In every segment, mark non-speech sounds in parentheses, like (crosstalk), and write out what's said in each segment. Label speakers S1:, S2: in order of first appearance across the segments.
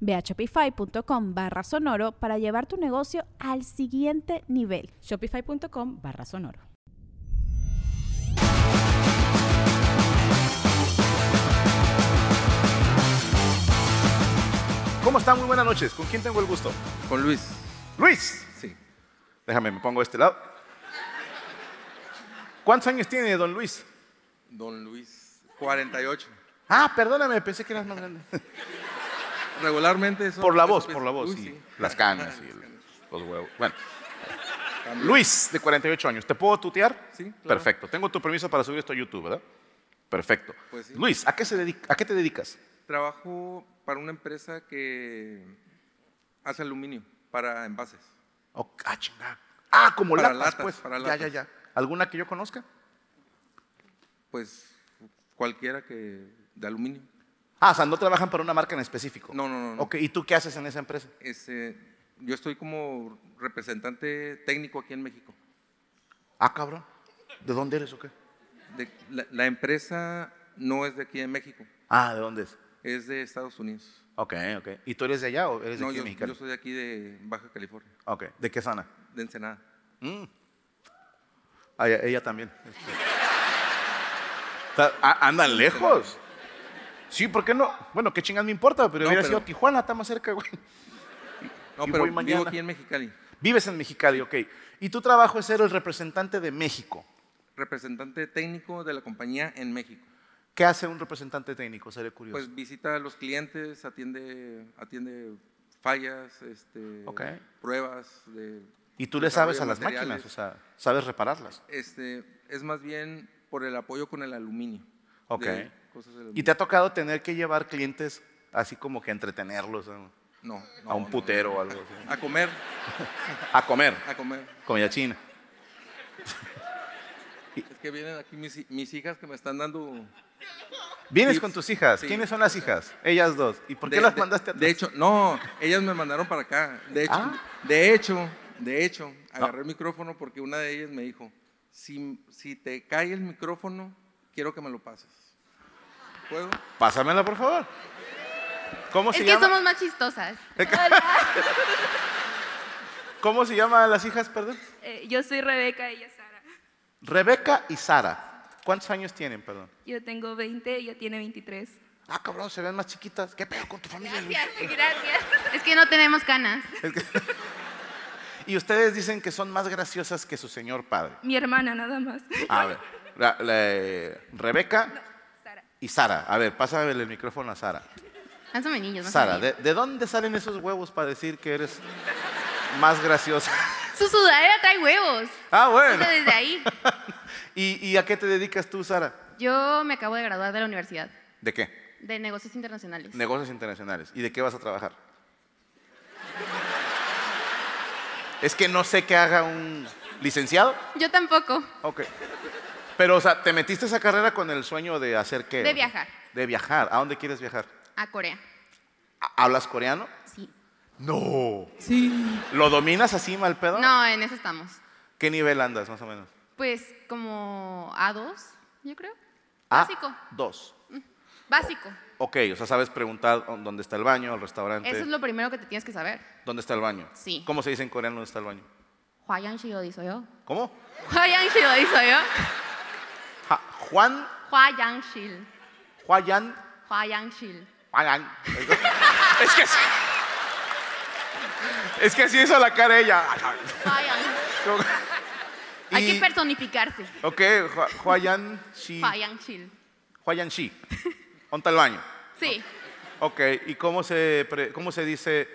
S1: Ve a shopify.com barra sonoro para llevar tu negocio al siguiente nivel.
S2: Shopify.com barra sonoro.
S3: ¿Cómo están? Muy buenas noches. ¿Con quién tengo el gusto?
S4: Con Luis.
S3: Luis.
S4: Sí.
S3: Déjame, me pongo a este lado. ¿Cuántos años tiene don Luis?
S4: Don Luis, 48.
S3: Ah, perdóname, pensé que eras más grande.
S4: Regularmente
S3: (laughs)
S4: eso.
S3: Por la
S4: eso
S3: voz,
S4: pienso-
S3: por la voz.
S4: Uy,
S3: sí.
S4: sí.
S3: Las canas y el- los huevos. Bueno. Luis, de 48 años, ¿te puedo tutear?
S4: Sí, claro.
S3: Perfecto. Tengo tu permiso para subir esto a YouTube, ¿verdad? Perfecto.
S4: Pues sí.
S3: Luis, ¿a qué, se dedica- ¿a qué te dedicas?
S4: Trabajo para una empresa que hace aluminio para envases.
S3: Oh, ah, chinga. Ah, como
S4: Para
S3: latas,
S4: latas,
S3: pues.
S4: para
S3: Ya,
S4: latas.
S3: ya, ya. ¿Alguna que yo conozca?
S4: Pues cualquiera que de aluminio.
S3: Ah, o sea, no trabajan para una marca en específico.
S4: No, no, no, no.
S3: Ok, ¿y tú qué haces en esa empresa?
S4: Este, yo estoy como representante técnico aquí en México.
S3: Ah, cabrón. ¿De dónde eres o qué?
S4: De- la, la empresa no es de aquí en México,
S3: Ah, ¿de dónde es?
S4: es de Estados Unidos.
S3: Ok, ok. ¿Y tú eres de allá o eres de
S4: No,
S3: aquí
S4: yo,
S3: de Mexicali?
S4: yo soy de aquí de Baja California,
S3: Ok, ¿de qué zona?
S4: de Ensenada.
S3: Ah, ella, ella también. Este. Está- a- ¿Andan lejos? Sí, ¿por qué no? Bueno, qué chingas me importa, pero
S4: No,
S3: hubiera
S4: pero-
S3: sido Tijuana, está más cerca, güey.
S4: No,
S3: Y
S4: pero
S3: voy mañana.
S4: vivo aquí en Mexicali,
S3: Vives en Mexicali, ok. Y tu trabajo es ser el representante de México.
S4: representante técnico de la compañía en México.
S3: ¿Qué hace un representante técnico? Seré curioso.
S4: Pues visita a los clientes, atiende, atiende fallas, este,
S3: Ok.
S4: pruebas. De
S3: y tú le sabes a
S4: desarrollo
S3: las
S4: de materiales.
S3: máquinas, o sea, sabes repararlas.
S4: Este, es más bien por el apoyo con el aluminio.
S3: Ok.
S4: de cosas del
S3: Y te ha tocado tener que llevar clientes así como que entretenerlos ¿no?
S4: aluminio. No, no,
S3: a un
S4: no.
S3: putero o algo así.
S4: A comer,
S3: A comer,
S4: a comer.
S3: comida china.
S4: Es que vienen aquí mis, hi- mis hijas que me están dando.
S3: Vienes
S4: Tips.
S3: con tus hijas.
S4: Sí.
S3: ¿Quiénes son las hijas? Ellas dos. ¿Y por qué
S4: De-
S3: las
S4: de-
S3: mandaste a
S4: De hecho, no, ellas me mandaron para acá. De hecho,
S3: Ah.
S4: de hecho, de hecho, agarré el micrófono porque una de ellas me dijo, si, si te cae el micrófono, quiero que me lo pases. ¿Puedo?
S3: Pásamela, por favor. ¿Cómo
S5: Es
S3: se
S5: que
S3: llama?
S5: somos más chistosas.
S3: ¿Cómo se llama a las hijas, perdón?
S5: Eh, yo soy Rebeca, ella es Sara.
S3: Rebeca y Sara. ¿Cuántos años tienen, perdón?
S5: Yo tengo 20, ella tiene 23.
S3: Ah, cabrón, se ven más chiquitas. ¿Qué pedo con tu familia? Luis?
S5: Gracias, gracias. Es que no tenemos canas.
S3: Y ustedes dicen que son más graciosas que su señor padre.
S5: Mi hermana nada más.
S3: A ver, la- la, eh, Rebeca
S5: Sara.
S3: y Sara. A ver, pásame el micrófono a Sara.
S5: Hazme niños. más
S3: Sara,
S5: o menos.
S3: ¿de, de dónde salen esos huevos para decir que eres más graciosa? (laughs)
S5: Su sudadera trae huevos.
S3: Ah, bueno.
S5: Entonces, desde ahí.
S3: ¿Y, y a qué te dedicas tú, Sara?
S5: Yo me acabo de graduar de la universidad
S3: ¿De qué?
S5: de negocios internacionales.
S3: Negocios internacionales. ¿Y de qué vas a trabajar? Es que no sé qué haga un licenciado.
S5: yo tampoco.
S3: Ok. Pero, o sea, te metiste a esa carrera con el sueño de hacer qué?
S5: De viajar.
S3: De viajar. ¿A dónde quieres viajar?
S5: A Corea.
S3: ¿A- ¿Hablas coreano?
S5: Sí.
S3: No.
S4: Sí.
S3: ¿Lo dominas así mal pedo?
S5: No, en eso estamos.
S3: ¿Qué nivel andas, más o menos?
S5: Pues como A2, yo creo.
S3: A,
S5: Básico.
S3: Dos.
S5: Básico.
S3: Ok, o sea, sabes preguntar o- dónde está el baño, el restaurante.
S5: Eso es lo primero que te tienes que saber.
S3: ¿Dónde está el baño?
S5: Sí.
S3: ¿Cómo se dice en coreano dónde está el baño?
S5: Huayan Shirodi soy yo.
S3: ¿Cómo?
S5: Huayan Shirodi soy yo.
S3: Ja- Juan,
S5: Huayang Shil.
S3: Huayan,
S5: Huayang Shil.
S3: Juan. (laughs) Es que así. Es que así hizo la cara ella. (laughs)
S5: Huayang. Hay
S3: Y-
S5: que personificarse.
S3: Ok, Hua- Huayan Shi.
S5: Huayang Chil.
S3: Huayan Shi. Onta el baño.
S5: Sí.
S3: Ok, ¿y cómo se, pre- cómo se dice?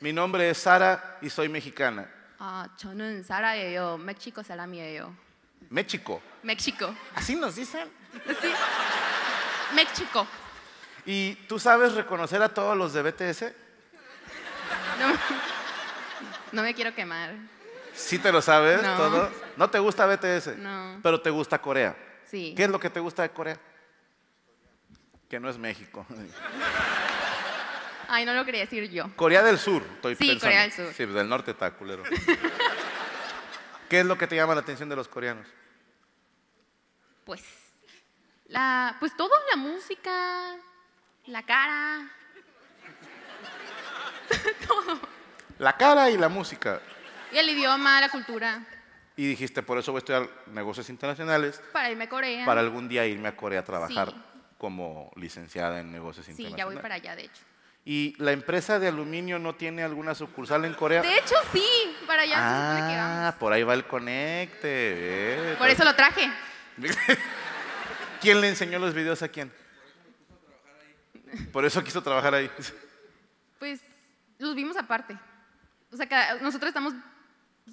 S3: Mi nombre es Sara y soy mexicana.
S5: Ah, 저는 살아예요. 멕시코 사람이에요.
S3: México.
S5: 멕시코.
S3: Así nos dicen.
S5: Sí. México.
S3: ¿Y tú sabes reconocer a todos los de BTS?
S5: No, no me quiero quemar.
S3: Sí te lo sabes
S5: No.
S3: todo. No te gusta BTS,
S5: No.
S3: pero te gusta Corea.
S5: Sí.
S3: ¿Qué es lo que te gusta de Corea? Que no es México.
S5: Ay, no lo quería decir yo.
S3: Corea del Sur, estoy
S5: Sí,
S3: pensando.
S5: Corea del Sur.
S3: Sí, pues del norte está culero. (laughs) ¿Qué es lo que te llama la atención de los coreanos?
S5: Pues, la, pues todo, la música, la cara.
S3: La cara y la música.
S5: Y el idioma, la cultura.
S3: Y dijiste, por eso voy a estudiar negocios internacionales
S5: Para irme a Corea.
S3: para algún día irme a Corea a trabajar como licenciada en negocios
S5: sí,
S3: internacionales.
S5: ya voy para allá, de hecho.
S3: ¿Y la empresa de aluminio no tiene alguna sucursal en Corea?
S5: De hecho, sí, para allá se supone que vamos.
S3: ah, por ahí va el conecte. ve,
S5: Por eso lo traje.
S3: ¿Quién le enseñó los videos a quién? Por eso quiso trabajar ahí.
S5: Pues los vimos aparte. O sea, cada- nosotros estamos,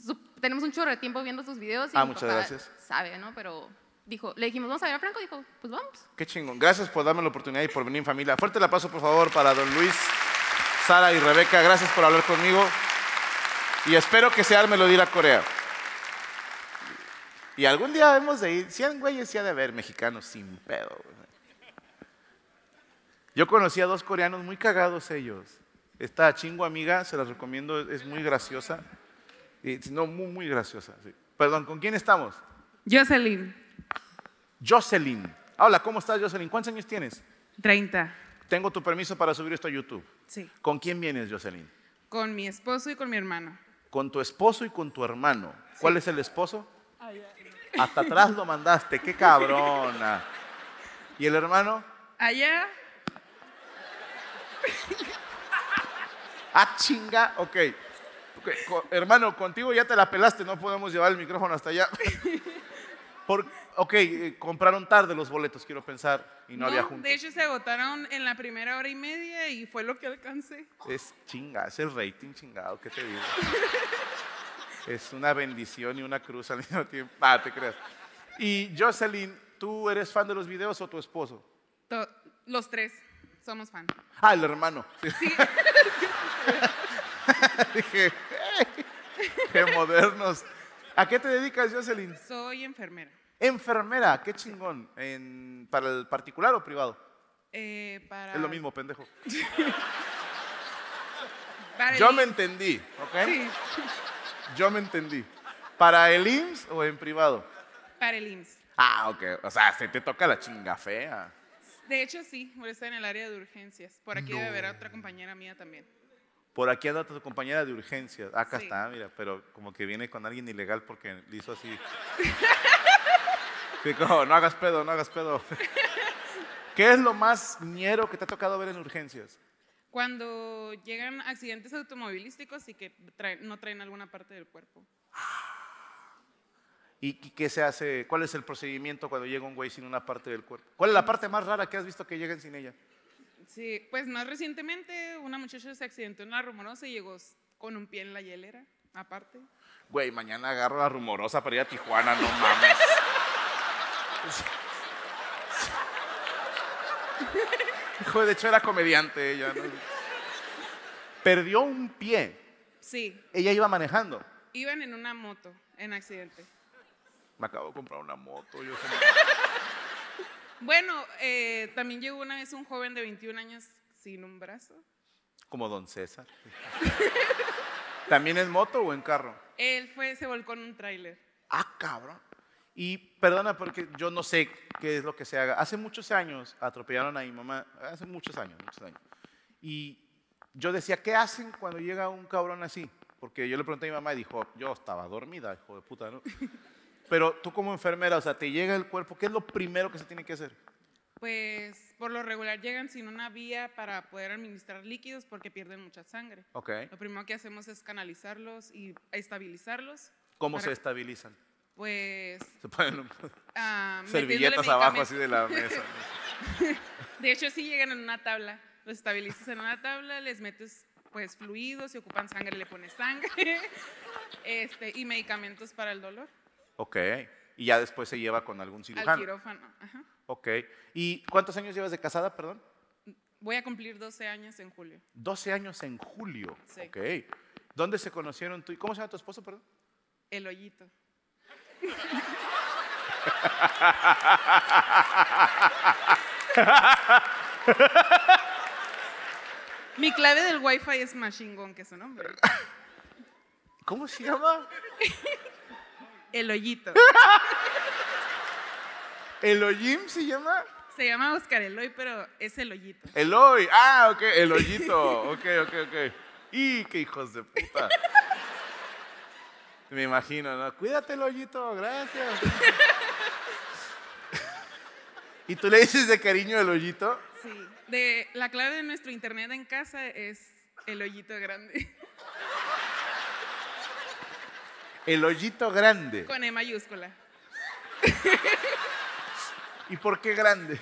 S5: su- tenemos un chorro de tiempo viendo sus videos. Y
S3: Ah,
S5: mi
S3: muchas
S5: papá
S3: gracias.
S5: Sabe, ¿no? Pero dijo, le dijimos, vamos a ver a Franco. Dijo, pues vamos.
S3: Qué chingón. Gracias por darme la oportunidad y por venir en familia. Fuerte el aplauso, por favor, para don Luis, Sara y Rebeca. Gracias por hablar conmigo. Y espero que se arme lo de ir a Corea. Y algún día hemos de ir. 100 güeyes sí ha de haber mexicanos sin pedo. güey. Yo conocí a dos coreanos muy cagados ellos. Esta chingo amiga, se las recomiendo, es muy graciosa. Y- No, muy, muy graciosa. sí. Perdón, ¿con quién estamos?
S6: Jocelyn,
S3: Jocelyn. Hola, ¿cómo estás, Jocelyn? ¿Cuántos años tienes?
S6: 30.
S3: Tengo tu permiso para subir esto a YouTube.
S6: Sí.
S3: ¿Con quién vienes, Jocelyn?
S6: Con mi esposo y con mi hermano.
S3: Con tu esposo y con tu hermano. ¿Cuál es el esposo? Hasta atrás lo mandaste, qué cabrona. ¿Y el hermano?
S6: Allá,
S3: Ah, chinga, ok. Ok, co- hermano, contigo ya te la pelaste, no podemos llevar el micrófono hasta allá. Por- ok, eh, compraron tarde los boletos, quiero pensar, y no, había juntos.
S6: de hecho se agotaron en la primera hora y media y fue lo que alcancé.
S3: Es chinga, es el rating chingado, ¿qué te digo? es una bendición y una cruz al mismo tiempo. Ah, te creas. Y Jocelyn, ¿tú eres fan de los videos o tu esposo?
S6: To- los tres somos fan.
S3: Ah, el hermano. (laughs) Dije, "Ey, qué modernos. ¿A qué te dedicas, Jocelyn?
S6: Soy enfermera
S3: Enfermera, qué chingón. En- ¿Para el particular o privado?
S6: eh, para,
S3: Es lo mismo, pendejo.
S6: para el
S3: Yo
S6: I-
S3: me entendí, ¿ok?
S6: sí,
S3: Yo me entendí. ¿Para el IMSS o en privado?
S6: para el IMSS.
S3: Ah, ok. O sea, se te toca la chinga fea.
S6: De hecho sí, voy a estar en el área de urgencias. Por aquí debe haber otra compañera mía también.
S3: Por aquí anda tu compañera de urgencias. Ah, Acá
S6: Sí.
S3: está, mira, pero como que viene con alguien ilegal porque le hizo así. Sí, como, no hagas pedo, no hagas pedo. ¿Qué es lo más ñero que te ha tocado ver en urgencias?
S6: Cuando llegan accidentes automovilísticos y que traen- no traen alguna parte del cuerpo.
S3: ¿Y y qué se hace? ¿Cuál es el procedimiento cuando llega un güey sin una parte del cuerpo? ¿Cuál es la parte más rara que has visto que lleguen sin ella?
S6: Sí, pues más recientemente una muchacha se accidentó en la rumorosa y llegó s- con un pie en la hielera, aparte.
S3: Güey, mañana agarro la rumorosa para ir a Tijuana, no mames. Hijo, de hecho era comediante ella. ¿no? Perdió un pie.
S6: Sí,
S3: Ella iba manejando.
S6: iban en una moto en accidente.
S3: Me acabo de comprar una moto. Yo como-
S6: Bueno, eh, también llegó una vez un joven de 21 años sin un brazo.
S3: como don César. ¿También en moto o en carro?
S6: Él fue, se volcó en un tráiler.
S3: Ah, cabrón. Y perdona porque yo no sé qué es lo que se haga. Hace muchos años atropellaron a mi mamá, hace muchos años, muchos años. Y yo decía, ¿qué hacen cuando llega un cabrón así? Porque yo le pregunté a mi mamá y dijo, yo estaba dormida, hijo de puta,
S6: (laughs)
S3: ¿no? Pero tú como enfermera, o sea, te llega el cuerpo, ¿qué es lo primero que se tiene que hacer?
S6: Pues por lo regular llegan sin una vía para poder administrar líquidos porque pierden mucha sangre.
S3: Ok.
S6: Lo primero que hacemos es canalizarlos y estabilizarlos.
S3: ¿Cómo
S6: para-
S3: se estabilizan?
S6: pues
S3: Se ponen un- (laughs)
S6: ah,
S3: servilletas
S6: metiéndole
S3: abajo
S6: medicamento.
S3: así de la mesa.
S6: De hecho, sí llegan en una tabla. Los estabilizas en una tabla, les metes pues fluidos, si ocupan sangre le pones sangre (laughs) este, y medicamentos para el dolor
S3: ok. Y ya después se lleva con algún
S6: al
S3: cirujano.
S6: quirófano. Ajá.
S3: Ok. ¿Y cuántos años llevas de casada, perdón?
S6: Voy a cumplir 12 años en julio.
S3: 12 años en julio.
S6: Sí.
S3: Ok. ¿Dónde se conocieron tú? y- ¿Cómo se llama tu esposo, perdón?
S6: El hoyito. Mi clave del wifi es Machine Gun, que es su nombre.
S3: ¿Cómo se llama?
S6: El hoyito.
S3: ¿Elohim se llama?
S6: Se llama Oscar Eloy, pero es el hoyito.
S3: Eloy. Ah, ok. El hoyito. Ok, ok, ok. ¡Y qué hijos de puta! (laughs) Me imagino, ¿no? Cuídate, el hoyito. Gracias. (laughs) ¿Y tú le dices de cariño el hoyito?
S6: Sí. De, la clave de nuestro internet en casa es el hoyito grande, (laughs)
S3: El hoyito grande.
S6: con E mayúscula.
S3: ¿Y por qué grande?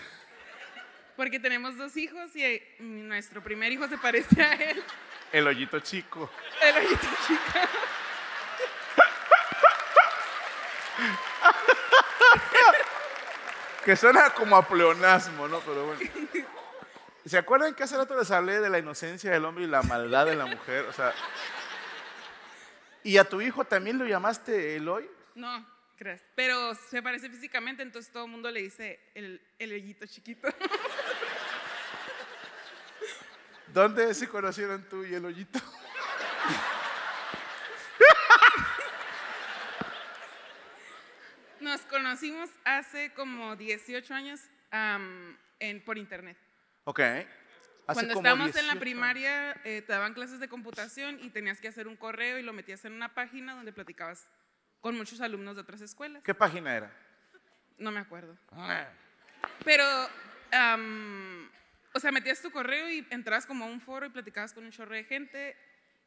S6: Porque tenemos dos hijos y eh, nuestro primer hijo se parece a él. (laughs)
S3: El hoyito chico.
S6: El hoyito chica.
S3: Que suena como a pleonasmo, ¿no? Pero bueno. ¿Se acuerdan que hace rato les hablé de la inocencia del hombre y la maldad de la mujer? O sea. ¿Y a tu hijo también lo llamaste Eloy?
S6: No, creas. Pero se parece físicamente, entonces todo el mundo le dice el, el hoyito chiquito. (laughs)
S3: ¿Dónde se conocieron tú y el hoyito?
S6: Nos conocimos hace como 18 años am, en, por internet.
S3: Ok. Hace
S6: Cuando
S3: como
S6: estábamos en la
S3: 18.
S6: primaria, eh, te daban clases de computación y tenías que hacer un correo y lo metías en una página donde platicabas con muchos alumnos de otras escuelas.
S3: ¿Qué página era?
S6: No me acuerdo. Pero, am, o sea, metías tu correo y entrabas como a un foro y platicabas con un chorro de gente.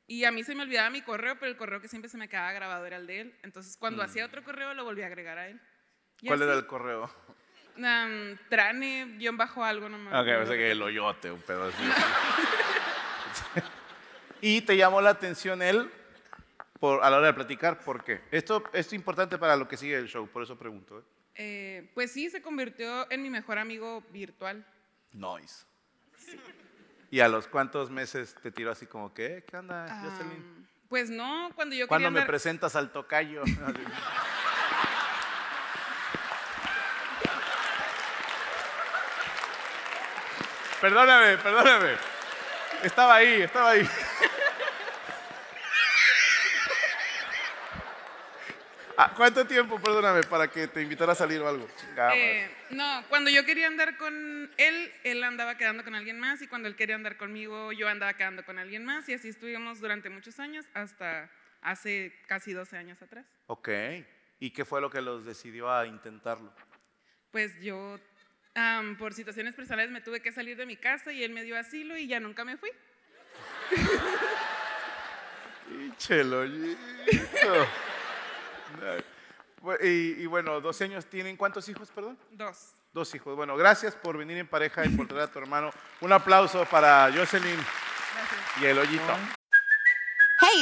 S6: Y a mí se me olvidaba mi correo, pero el correo que siempre se me quedaba grabado era el de él. Entonces, cuando hacía otro correo, lo volví a agregar a él.
S3: Mm.
S6: Y
S3: ¿Cuál era
S6: así,
S3: el correo?
S6: am, trane, guión bajo algo, no me
S3: Ah, Ok,
S6: acuerdo.
S3: pensé que el hoyote, un pedo así. (laughs) y te llamó la atención él por, a la hora de platicar, ¿por qué? Esto, esto es importante para lo que sigue el show, por eso pregunto. ¿eh?
S6: Eh, pues sí, se convirtió en mi mejor amigo virtual.
S3: Noise. ¿Y a los cuántos meses te tiró así como que, "Eh, ¿qué onda, Jocelyn?
S6: Am, pues no, cuando yo
S3: ¿Cuándo
S6: quería
S3: me
S6: andar-
S3: presentas al
S6: (laughs)
S3: tocayo? perdóname, perdóname. Estaba ahí, estaba ahí. Ah, ¿Cuánto tiempo, perdóname, para que te invitara a salir o algo? Chingada madre.
S6: Eh, no, cuando yo quería andar con él, él andaba quedando con alguien más y cuando él quería andar conmigo, yo andaba quedando con alguien más y así estuvimos durante muchos años hasta hace casi 12 años atrás.
S3: Ok. ¿Y qué fue lo que los decidió a intentarlo?
S6: Pues yo, am, por situaciones personales, me tuve que salir de mi casa y él me dio asilo y ya nunca me fui.
S3: Pinche Lollito. No. Bu- Y, y bueno, 12 años tienen. ¿Cuántos hijos, perdón?
S6: Dos.
S3: Dos hijos. Bueno, gracias por venir en pareja y por traer a tu hermano. Un aplauso para Jocelyn y el hoyito.
S7: Hey,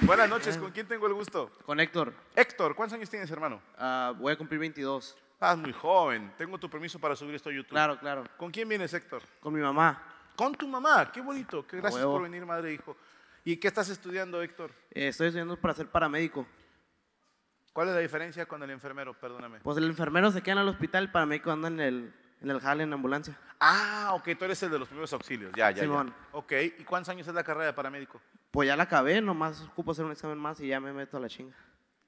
S3: Buenas noches, ¿con quién tengo el gusto?
S8: Con Héctor,
S3: Héctor, ¿cuántos años tienes, hermano?
S8: ah, voy a cumplir 22.
S3: Estás muy joven. Tengo tu permiso para subir esto a YouTube.
S8: Claro, claro.
S3: ¿Con quién vienes, Héctor?
S8: Con mi mamá.
S3: Con tu mamá. Qué bonito. Qué gracias
S8: huevo.
S3: por venir, madre e hijo. ¿Y qué estás estudiando, Héctor?
S8: Eh, estoy estudiando para ser paramédico.
S3: ¿Cuál es la diferencia con el enfermero? Perdóname.
S8: Pues el enfermero se queda en el hospital, el paramédico anda en el, en el jale, en la ambulancia.
S3: Ah, ok, tú eres el de los primeros auxilios. Ya, ya,
S8: Simón.
S3: ya. Ok, ¿y cuántos años es la carrera de paramédico?
S8: Pues ya la acabé, nomás ocupo hacer un examen más y ya me meto a la chinga.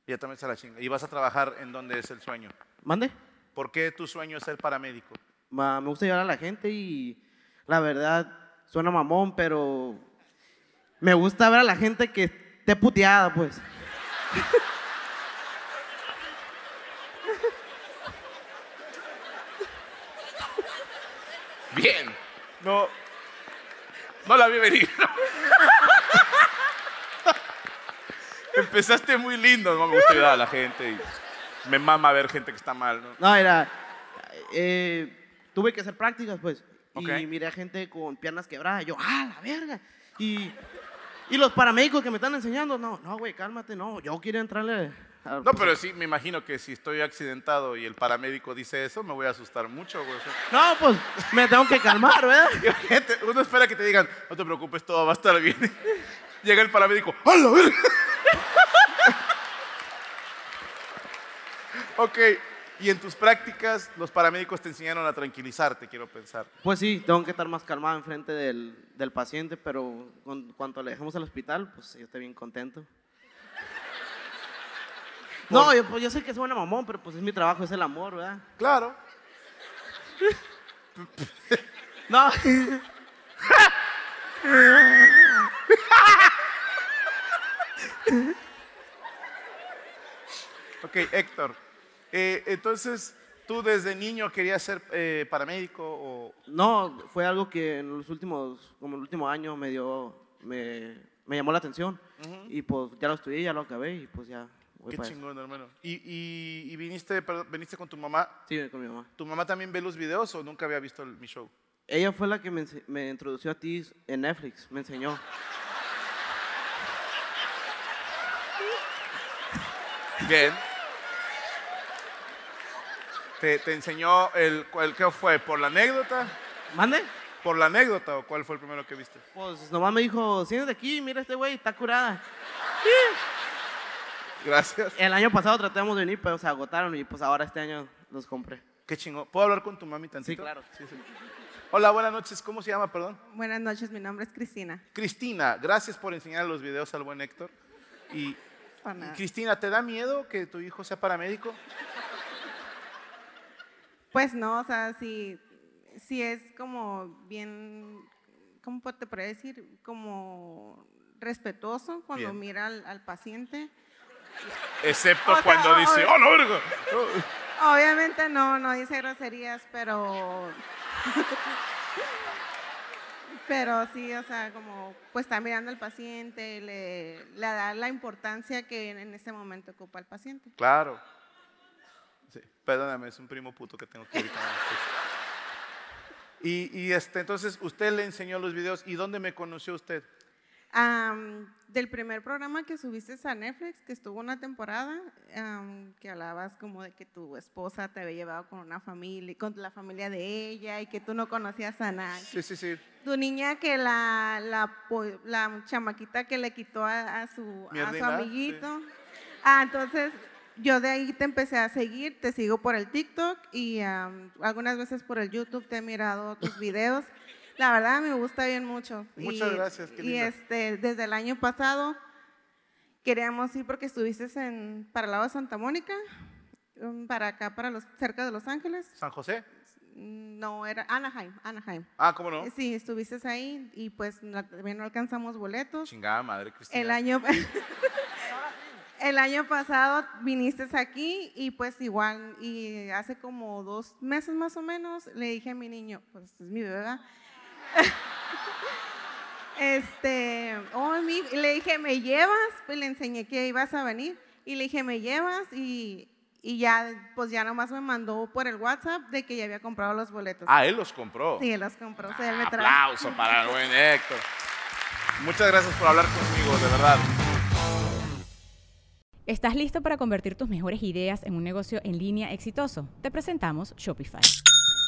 S3: Ya también se la chinga. ¿Y vas a trabajar en donde es el sueño?
S8: ¿Mande?
S3: ¿Por qué tu sueño es ser paramédico?
S8: Ma- me gusta ayudar a la gente y la verdad suena mamón, pero me gusta ver a la gente que esté puteada, pues.
S9: Bien.
S3: No, no la vi venir. (laughs) Empezaste muy lindo, no me gusta ayudar a la gente y me mama ver gente que está mal, ¿no?
S8: No, era, eh, tuve que hacer prácticas, pues. Y
S3: Ok.
S8: miré a gente con piernas quebradas. Yo, ah, la verga. Y, y los paramédicos que me están enseñando, no, no, güey, cálmate, no, yo quiero entrarle. a-
S3: No, pero sí, me imagino que si estoy accidentado y el paramédico dice eso, me voy a asustar mucho, güey. O sea,
S8: No, pues me tengo que calmar, ¿verdad?
S3: Gente, uno espera que te digan, no te preocupes, todo va a estar bien. (laughs) Llega el paramédico, ¡a la verga! (laughs) ok, y en tus prácticas, los paramédicos te enseñaron a tranquilizarte, quiero pensar.
S8: Pues sí, tengo que estar más calmado enfrente del, del paciente, pero con, cuanto le dejemos al hospital, pues yo estoy bien contento. No, yo, pues yo sé que suena mamón, pero pues es mi trabajo, es el amor, ¿verdad?
S3: Claro.
S8: No.
S3: Ok, Héctor, eh, entonces, ¿tú desde niño querías ser eh, paramédico o...?
S8: No, fue algo que en los últimos, como el último año me dio, me, me llamó la atención. Y pues ya lo estudié, ya lo acabé y pues ya voy
S3: Qué
S8: para eso.
S3: chingón, hermano. ¿Y, y- y viniste, perdón, viniste con tu mamá?
S8: Sí, con mi mamá.
S3: ¿Tu mamá también ve los videos o nunca había visto el- mi show?
S8: Ella fue la que me, ense- me introdució a ti en Netflix, me enseñó.
S3: Bien. ¿Te, te enseñó el, cuál- qué fue? ¿Por la anécdota?
S8: ¿Mande?
S3: ¿Por la anécdota o cuál fue el primero que viste?
S8: Pues nomás me dijo, siéntate aquí, mira este güey, está curada.
S3: Gracias.
S8: El año pasado tratamos de venir, pero se agotaron y pues ahora este año los compré.
S3: Qué chingón. ¿Puedo hablar con tu mami tantito?
S8: Sí, claro.
S3: Sí, sí. Hola, buenas noches. ¿Cómo se llama, perdón?
S6: Buenas noches, mi nombre es Cristina.
S3: Cristina, gracias por enseñar los videos al buen Héctor. Y
S6: Para nada.
S3: Cristina, ¿te da miedo que tu hijo sea paramédico?
S6: Pues no, o sea, sí, sí es como bien, ¿cómo po- te puedo decir? Como respetuoso cuando
S3: Bien.
S6: mira al, al paciente.
S3: Excepto
S6: O sea,
S3: cuando
S6: o-
S3: dice, ¡oh, la verga!
S6: Obviamente no, no dice groserías, pero... pero sí, o sea, como pues está mirando al paciente, le, le da la importancia que en, en ese momento ocupa el paciente.
S3: Claro. Sí, perdóname, es un primo puto que tengo que ahorita. y y este, entonces usted le enseñó los videos. ¿Y dónde me conoció usted?
S6: Am, del primer programa que subiste a Netflix, que estuvo una temporada, am, que hablabas como de que tu esposa te había llevado con una familia, con la familia de ella y que tú no conocías a nadie.
S3: Sí, sí, sí.
S6: Tu niña que la, la, po- la chamaquita que le quitó a, a su, a su
S3: Mierdina,
S6: amiguito. Ah, entonces yo de ahí te empecé a seguir, te sigo por el TikTok y am, algunas veces por el YouTube te he mirado
S3: (laughs)
S6: tus videos. La verdad me gusta bien mucho.
S3: Muchas
S6: Y-
S3: gracias, qué
S6: Y
S3: linda.
S6: este, desde el año pasado queríamos ir porque estuviste en, para el lado de Santa Mónica, um, para acá, para los, cerca de Los Ángeles. Mm,
S3: ¿San José?
S6: No, era Anaheim, Anaheim.
S3: Ah, ¿cómo no?
S6: Eh, Sí, estuviste ahí y pues no- también no alcanzamos boletos.
S3: Chingada madre, Cristina.
S6: El año, (laughs) el año pasado viniste aquí y pues igual, y hace como dos meses más o menos, le dije a mi niño, pues es mi bebé, (laughs) este, oh, mi, y le dije, ¿me llevas? Pues le enseñé que ibas a venir y le dije, ¿me llevas? Y, y ya, pues ya nomás me mandó por el WhatsApp de que ya había comprado los boletos.
S3: Ah, él los compró. Ah,
S6: Sí, él los compró, o sea, él me trajo.
S3: Aplauso para el buen Héctor. Muchas gracias por hablar conmigo, de verdad.
S2: ¿Estás listo para convertir tus mejores ideas en un negocio en línea exitoso? Te presentamos Shopify.